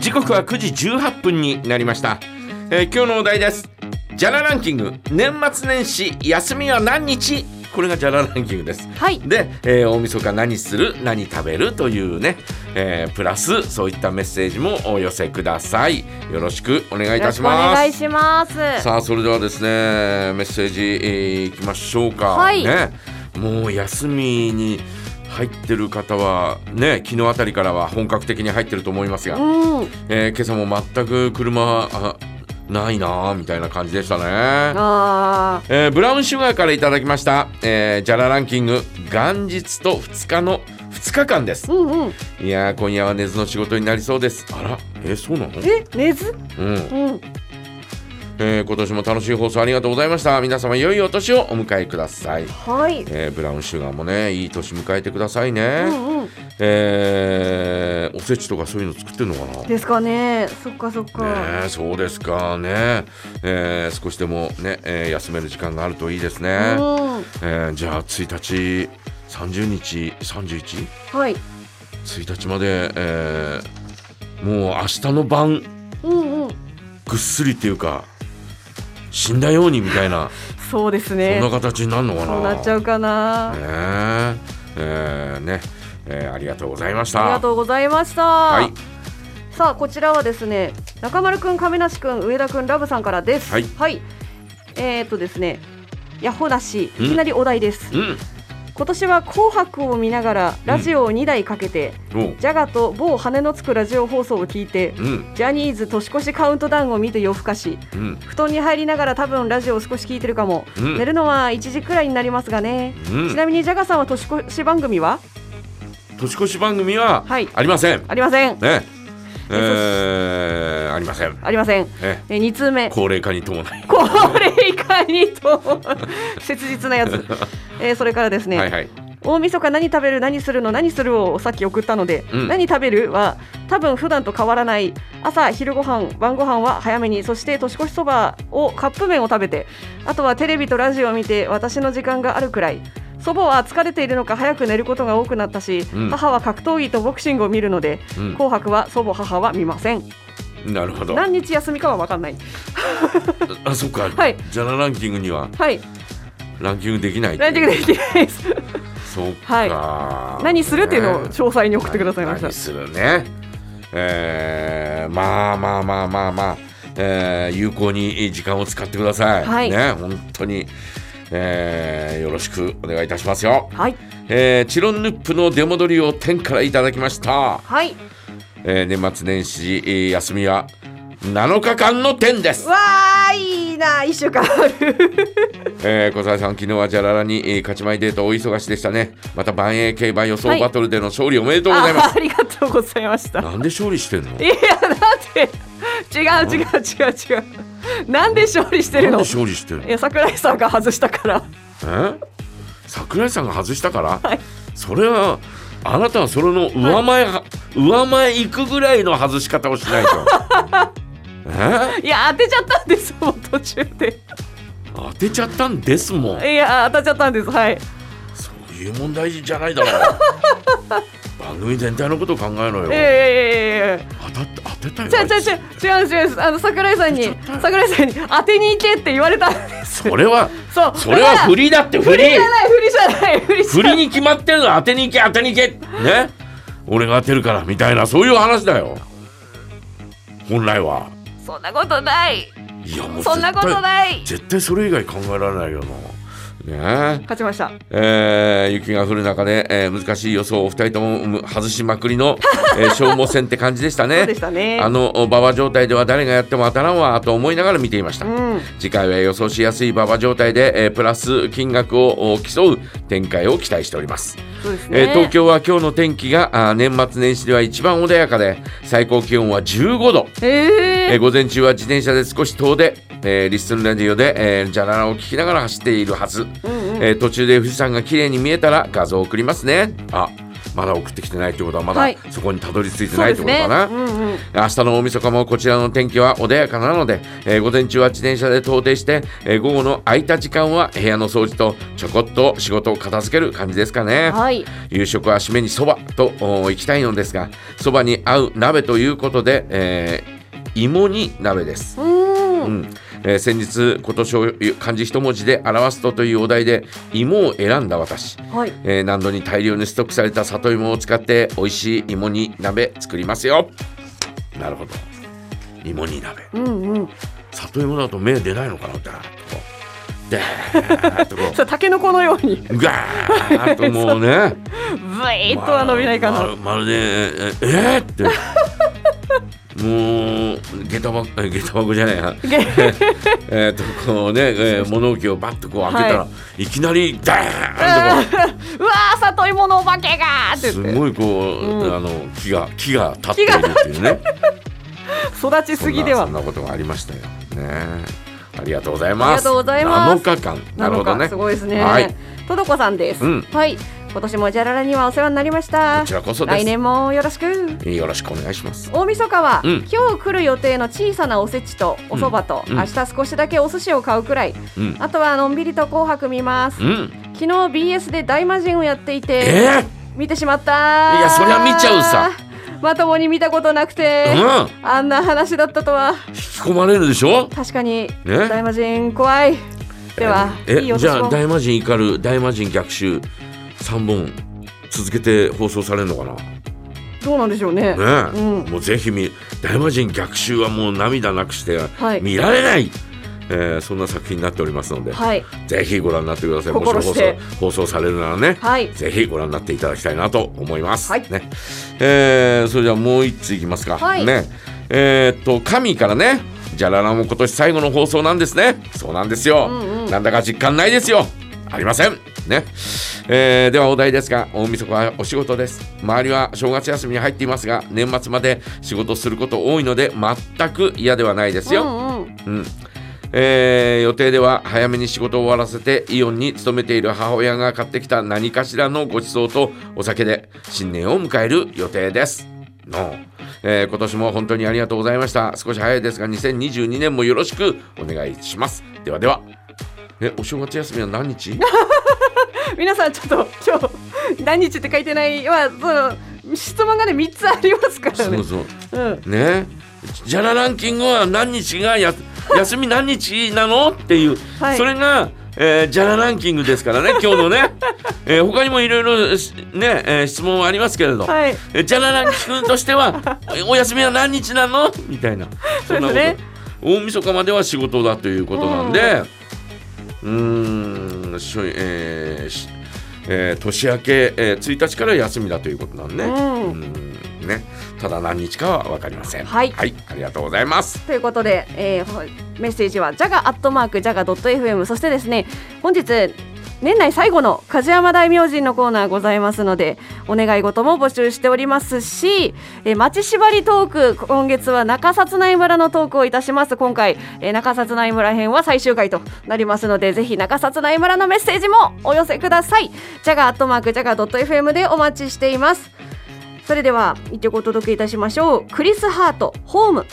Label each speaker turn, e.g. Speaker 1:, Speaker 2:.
Speaker 1: 時刻は9時18分になりました、えー今日のお題ですジャラランキング年末年始休みは何日これがジャラランキングです
Speaker 2: はい
Speaker 1: で、えー大晦日何する何食べるというね、えープラスそういったメッセージもお寄せくださいよろしくお願いいたし
Speaker 2: よろくお
Speaker 1: ま
Speaker 2: 願い
Speaker 1: す
Speaker 2: します
Speaker 1: さあそれではですねメッセージ、えーいきましょうか、
Speaker 2: はい
Speaker 1: ねもう休みに入ってる方はね昨日あたりからは本格的に入ってると思いますが、
Speaker 2: うん
Speaker 1: えー今朝も全く車あないなあみたいな感じでしたね、
Speaker 2: あ
Speaker 1: えーブラウンシュガーからいただきました、えージャラランキング元日と2日の2日間です
Speaker 2: ーうんうん
Speaker 1: いやー今夜は寝ずの仕事になりそうですあらえーそうなの
Speaker 2: え根津
Speaker 1: うん
Speaker 2: うん
Speaker 1: えー今年も楽しい放送ありがとうございました皆様良いお年をお迎えください、
Speaker 2: はい
Speaker 1: えーブラウンシュガーもねいい年迎えてくださいね、
Speaker 2: うんうん
Speaker 1: えーおせちとかそういうの作ってるのかな
Speaker 2: ですかねそっかそっか
Speaker 1: ねえそうですかね、えー少しでもね、えー休める時間があるといいですね、
Speaker 2: うん
Speaker 1: えーじゃあ1日30日 31?1
Speaker 2: はい
Speaker 1: 日まで、えーもう明日の晩
Speaker 2: うんうん
Speaker 1: ぐっすりっていうか死んだようにみたいな、
Speaker 2: そうですね
Speaker 1: そんな形になるのかな
Speaker 2: そうなっちゃうかな
Speaker 1: ねええーね、えーありがとうございまし
Speaker 2: あり
Speaker 1: た
Speaker 2: がとうございました、
Speaker 1: はい
Speaker 2: さあこちらはですね中丸くん亀梨くん上田くんラブさんからです
Speaker 1: はい
Speaker 2: えー、っとですねヤホだしい
Speaker 1: うん
Speaker 2: きなりお題です
Speaker 1: うん
Speaker 2: 今年は紅白を見ながらラジオを2台かけて、
Speaker 1: おう
Speaker 2: ジャガと某羽のつくラジオ放送を聞いて
Speaker 1: うん
Speaker 2: ジャニーズ年越しカウントダウンを見て夜更かし
Speaker 1: うん
Speaker 2: 布団に入りながら多分ラジオを少し聞いてるかも、
Speaker 1: うん
Speaker 2: 寝るのは1時くらいになりますがね、
Speaker 1: うん
Speaker 2: ちなみにジャガさんは年越し番組は
Speaker 1: 年越し番組は
Speaker 2: はい
Speaker 1: ありません、
Speaker 2: ありません
Speaker 1: ねえー、ありません
Speaker 2: ありません
Speaker 1: え
Speaker 2: え2通目
Speaker 1: 高齢化に伴い
Speaker 2: これ以下にと切実なやつ、えーそれからですね、
Speaker 1: はいはい
Speaker 2: 大晦日何食べる何するの何するをさっき送ったので、
Speaker 1: うん
Speaker 2: 何食べるは多分普段と変わらない朝昼ご飯晩ご飯は早めにそして年越しそばをカップ麺を食べてあとはテレビとラジオを見て私の時間があるくらい祖母は疲れているのか早く寝ることが多くなったし、
Speaker 1: うん
Speaker 2: 母は格闘技とボクシングを見るので、
Speaker 1: うん
Speaker 2: 紅白は祖母母は見ません
Speaker 1: なるほど
Speaker 2: 何日休みかは分かんない
Speaker 1: あそっか、
Speaker 2: はい
Speaker 1: ジャラランキングには
Speaker 2: はい
Speaker 1: ランキングできない
Speaker 2: ランキングできないです
Speaker 1: そっか、
Speaker 2: 何するっていうのを詳細に送ってくださいま
Speaker 1: 何
Speaker 2: した
Speaker 1: するねえー、まあまあまあまあまあ、えー有効に時間を使ってください、
Speaker 2: はい
Speaker 1: ね本当に、えーよろしくお願いいたしますよ、
Speaker 2: はい
Speaker 1: えーチロンヌップの出戻りを天からいただきました、
Speaker 2: はい
Speaker 1: えー年末年始、えー休みは7日間の天です、
Speaker 2: わーいいな一週間ある
Speaker 1: えー小沢さん昨日はジャララに、えー勝ち前デートお忙しでしたねまた万栄競馬予想
Speaker 2: はい
Speaker 1: バトルでの勝利おめでとうございます
Speaker 2: あ、ありがとうございました
Speaker 1: なんで勝利してんの
Speaker 2: いやだって違う違う違う違うなんで勝利してる
Speaker 1: なん
Speaker 2: の
Speaker 1: で
Speaker 2: い
Speaker 1: 勝利してるの
Speaker 2: や桜井さんが外したから
Speaker 1: え桜井さんが外したから、
Speaker 2: はい
Speaker 1: それはあなたはそれの上前、は上前行くぐらいの外し方をしない とえ
Speaker 2: いや当てちゃったんですもう途中で
Speaker 1: 当てちゃったんですもん
Speaker 2: いや当たっちゃったんですはい
Speaker 1: そういう問題じゃないだろう 番組全体のことを考えろよ、
Speaker 2: ええ
Speaker 1: 当たって当てたよ
Speaker 2: ええ違う
Speaker 1: あ
Speaker 2: 違
Speaker 1: いつ
Speaker 2: う違う違う違うんですあの桜井さんに
Speaker 1: 当てちゃった
Speaker 2: 桜井さんに当てに行けって言われたんです
Speaker 1: それは
Speaker 2: そう
Speaker 1: それは振りだって振
Speaker 2: 振り
Speaker 1: り
Speaker 2: じゃない振りじゃない振りじゃ
Speaker 1: 振
Speaker 2: ない
Speaker 1: りに決まってるの当てに行け当てに行けね俺が当てるからみたいなそういう話だよ本来は
Speaker 2: そんなことない
Speaker 1: いやもう
Speaker 2: そんなこと
Speaker 1: 絶対
Speaker 2: ない
Speaker 1: 絶対それ以外考えられないよな。ね
Speaker 2: 勝ちました
Speaker 1: ええー雪が降る中で、えー難しい予想をお二人ともむ外しまくり の、えー消耗戦って感じでしたね。
Speaker 2: そうでしたね
Speaker 1: あの馬場状態では誰がやっても当たらんわと思いながら見ていました。
Speaker 2: うん
Speaker 1: 次回は予想しやすい馬場状態で、えープラス金額をお競う展開を期待しております。
Speaker 2: そうですね、
Speaker 1: えー東京は今日の天気があー年末年始では一番穏やかで最高気温は15度。
Speaker 2: え
Speaker 1: え
Speaker 2: え
Speaker 1: ー午前中は自転車で少し遠出、えーリスンラジオで、えー、ジャララを聞きながら走っているはず、
Speaker 2: うんうん
Speaker 1: えー途中で富士山が綺麗に見えたら画像を送りますねあまだ送ってきてないということはま
Speaker 2: は
Speaker 1: だ
Speaker 2: い
Speaker 1: そこにたどり着いて
Speaker 2: そう
Speaker 1: ない
Speaker 2: で
Speaker 1: と
Speaker 2: す
Speaker 1: いうことか
Speaker 2: ね
Speaker 1: な、
Speaker 2: うんうん
Speaker 1: 明日の大晦日もこちらの天気は穏やかなので、えー午前中は自転車で遠出して、えー午後の空いた時間は部屋の掃除とちょこっと仕事を片付ける感じですかね
Speaker 2: はい
Speaker 1: 夕食は締めにそばとお行きたいのですがそばに合う鍋ということで、えー芋煮鍋です
Speaker 2: うー
Speaker 1: うんんえー先日今年を漢字一文字で表すとというお題で芋を選んだ私、
Speaker 2: はい
Speaker 1: えー何度に大量にストックされた里芋を使って美味しい芋煮鍋作りますよなるほど芋煮鍋
Speaker 2: うんうん
Speaker 1: 里芋だと芽出ないのかなってでーっとこう
Speaker 2: そうタケノコのように
Speaker 1: ガーッともうね
Speaker 2: ブイーっとは伸びないかな、
Speaker 1: ままるでえーえーってもう下駄箱え下駄箱じゃないや
Speaker 2: げ
Speaker 1: えー、とこうね、えー物置をバッとこう開けたら、、
Speaker 2: はい
Speaker 1: きなりダーンとこ
Speaker 2: うわー里芋のお化けがー
Speaker 1: う
Speaker 2: って
Speaker 1: す
Speaker 2: 言って
Speaker 1: ごいこう、
Speaker 2: うん
Speaker 1: あの木が木が立っているっていうね
Speaker 2: 育ちすぎでは
Speaker 1: そんなそんなことがありましたよねありがとうございます
Speaker 2: ありがとうございます
Speaker 1: 7日間なるほど
Speaker 2: なの
Speaker 1: ね
Speaker 2: かすごいですね
Speaker 1: はい
Speaker 2: とどこさんです、
Speaker 1: うん
Speaker 2: はい今年もジャララにはお世話になりました
Speaker 1: こちらこそです
Speaker 2: 来年もよろしく
Speaker 1: よろしくお願いします
Speaker 2: 大晦日は、
Speaker 1: うん
Speaker 2: 今日来る予定の小さなおせちとおそばと、
Speaker 1: うんうん
Speaker 2: 明日少しだけお寿司を買うくらい
Speaker 1: うん
Speaker 2: あとはのんびりと紅白見ます
Speaker 1: うん
Speaker 2: 昨日 BS で大魔神をやっていて、
Speaker 1: え
Speaker 2: 見てしまった
Speaker 1: いやそりゃ見ちゃうさ
Speaker 2: まともに見たことなくて、
Speaker 1: ー、うん
Speaker 2: あんな話だったとは
Speaker 1: 引き込まれるでしょ
Speaker 2: 確かに
Speaker 1: ね
Speaker 2: 大魔神怖いでは、
Speaker 1: え
Speaker 2: いいお
Speaker 1: じ
Speaker 2: 年
Speaker 1: ゃあ
Speaker 2: を
Speaker 1: 大魔神怒る大魔神逆襲3本続けて放送されるのかな
Speaker 2: どうなんでしょうね
Speaker 1: ねえ、
Speaker 2: うん
Speaker 1: もうぜひ見大魔神逆襲はもう涙なくして
Speaker 2: はい
Speaker 1: 見られない、えーそんな作品になっておりますので、
Speaker 2: はい
Speaker 1: ぜひご覧になってください
Speaker 2: 心
Speaker 1: もし放
Speaker 2: し
Speaker 1: 送
Speaker 2: て
Speaker 1: 放送されるならね、
Speaker 2: はい
Speaker 1: ぜひご覧になっていただきたいなと思います、
Speaker 2: はい
Speaker 1: ねえーそれじゃあもう一ついきますか、
Speaker 2: はい
Speaker 1: ねえーっと神からねじゃららも今年最後の放送なんですねそうなんですよ、
Speaker 2: うんうん
Speaker 1: なんだか実感ないですよありませんね、えーではお題ですが大晦日はお仕事です周りは正月休みに入っていますが年末まで仕事すること多いので全く嫌ではないですよ、
Speaker 2: うんうん
Speaker 1: うんえー予定では早めに仕事を終わらせてイオンに勤めている母親が買ってきた何かしらのご馳走とお酒で新年を迎える予定です。のえー今年も本当にありがとうございました。少し早いですが2022年もよろしくお願いします。ではでは。えお正月休みは何日
Speaker 2: 皆さんちょっと今日何日って書いてないはその質問がね三つありますから
Speaker 1: そ
Speaker 2: ね
Speaker 1: う。そう
Speaker 2: うん。
Speaker 1: ねじゃらランキングは何日がや休み何日なのっていう、
Speaker 2: はい
Speaker 1: それが、えー、じゃらランキングですからね今日の ね、えー他にもいろいろしね、えー質問はありますけれど、
Speaker 2: はい。
Speaker 1: えーじゃらランキングとしてはおお休みは何日なのみたいなそんなこと、
Speaker 2: そうですね
Speaker 1: 大晦日までは仕事だということなんでうーんしょえーしえー年明け、えー1日から休みだということなんで、
Speaker 2: うん
Speaker 1: うんね、ただ何日かは分かりません。
Speaker 2: はい
Speaker 1: ありがとうございます。
Speaker 2: ということで、えーほメッセージはジャガアットマークジャガドット FM そしてですね本日年内最後の梶山大明神のコーナーございますのでお願い事も募集しておりますし、えー、町縛りトーク今月は中札内村のトークをいたします今回、えー、中札内村編は最終回となりますのでぜひ中札内村のメッセージもお寄せくださいジャガアットマークジャガドット FM でお待ちしていますそれでは一曲お届けいたしましょうクリス・ハート「ホーム」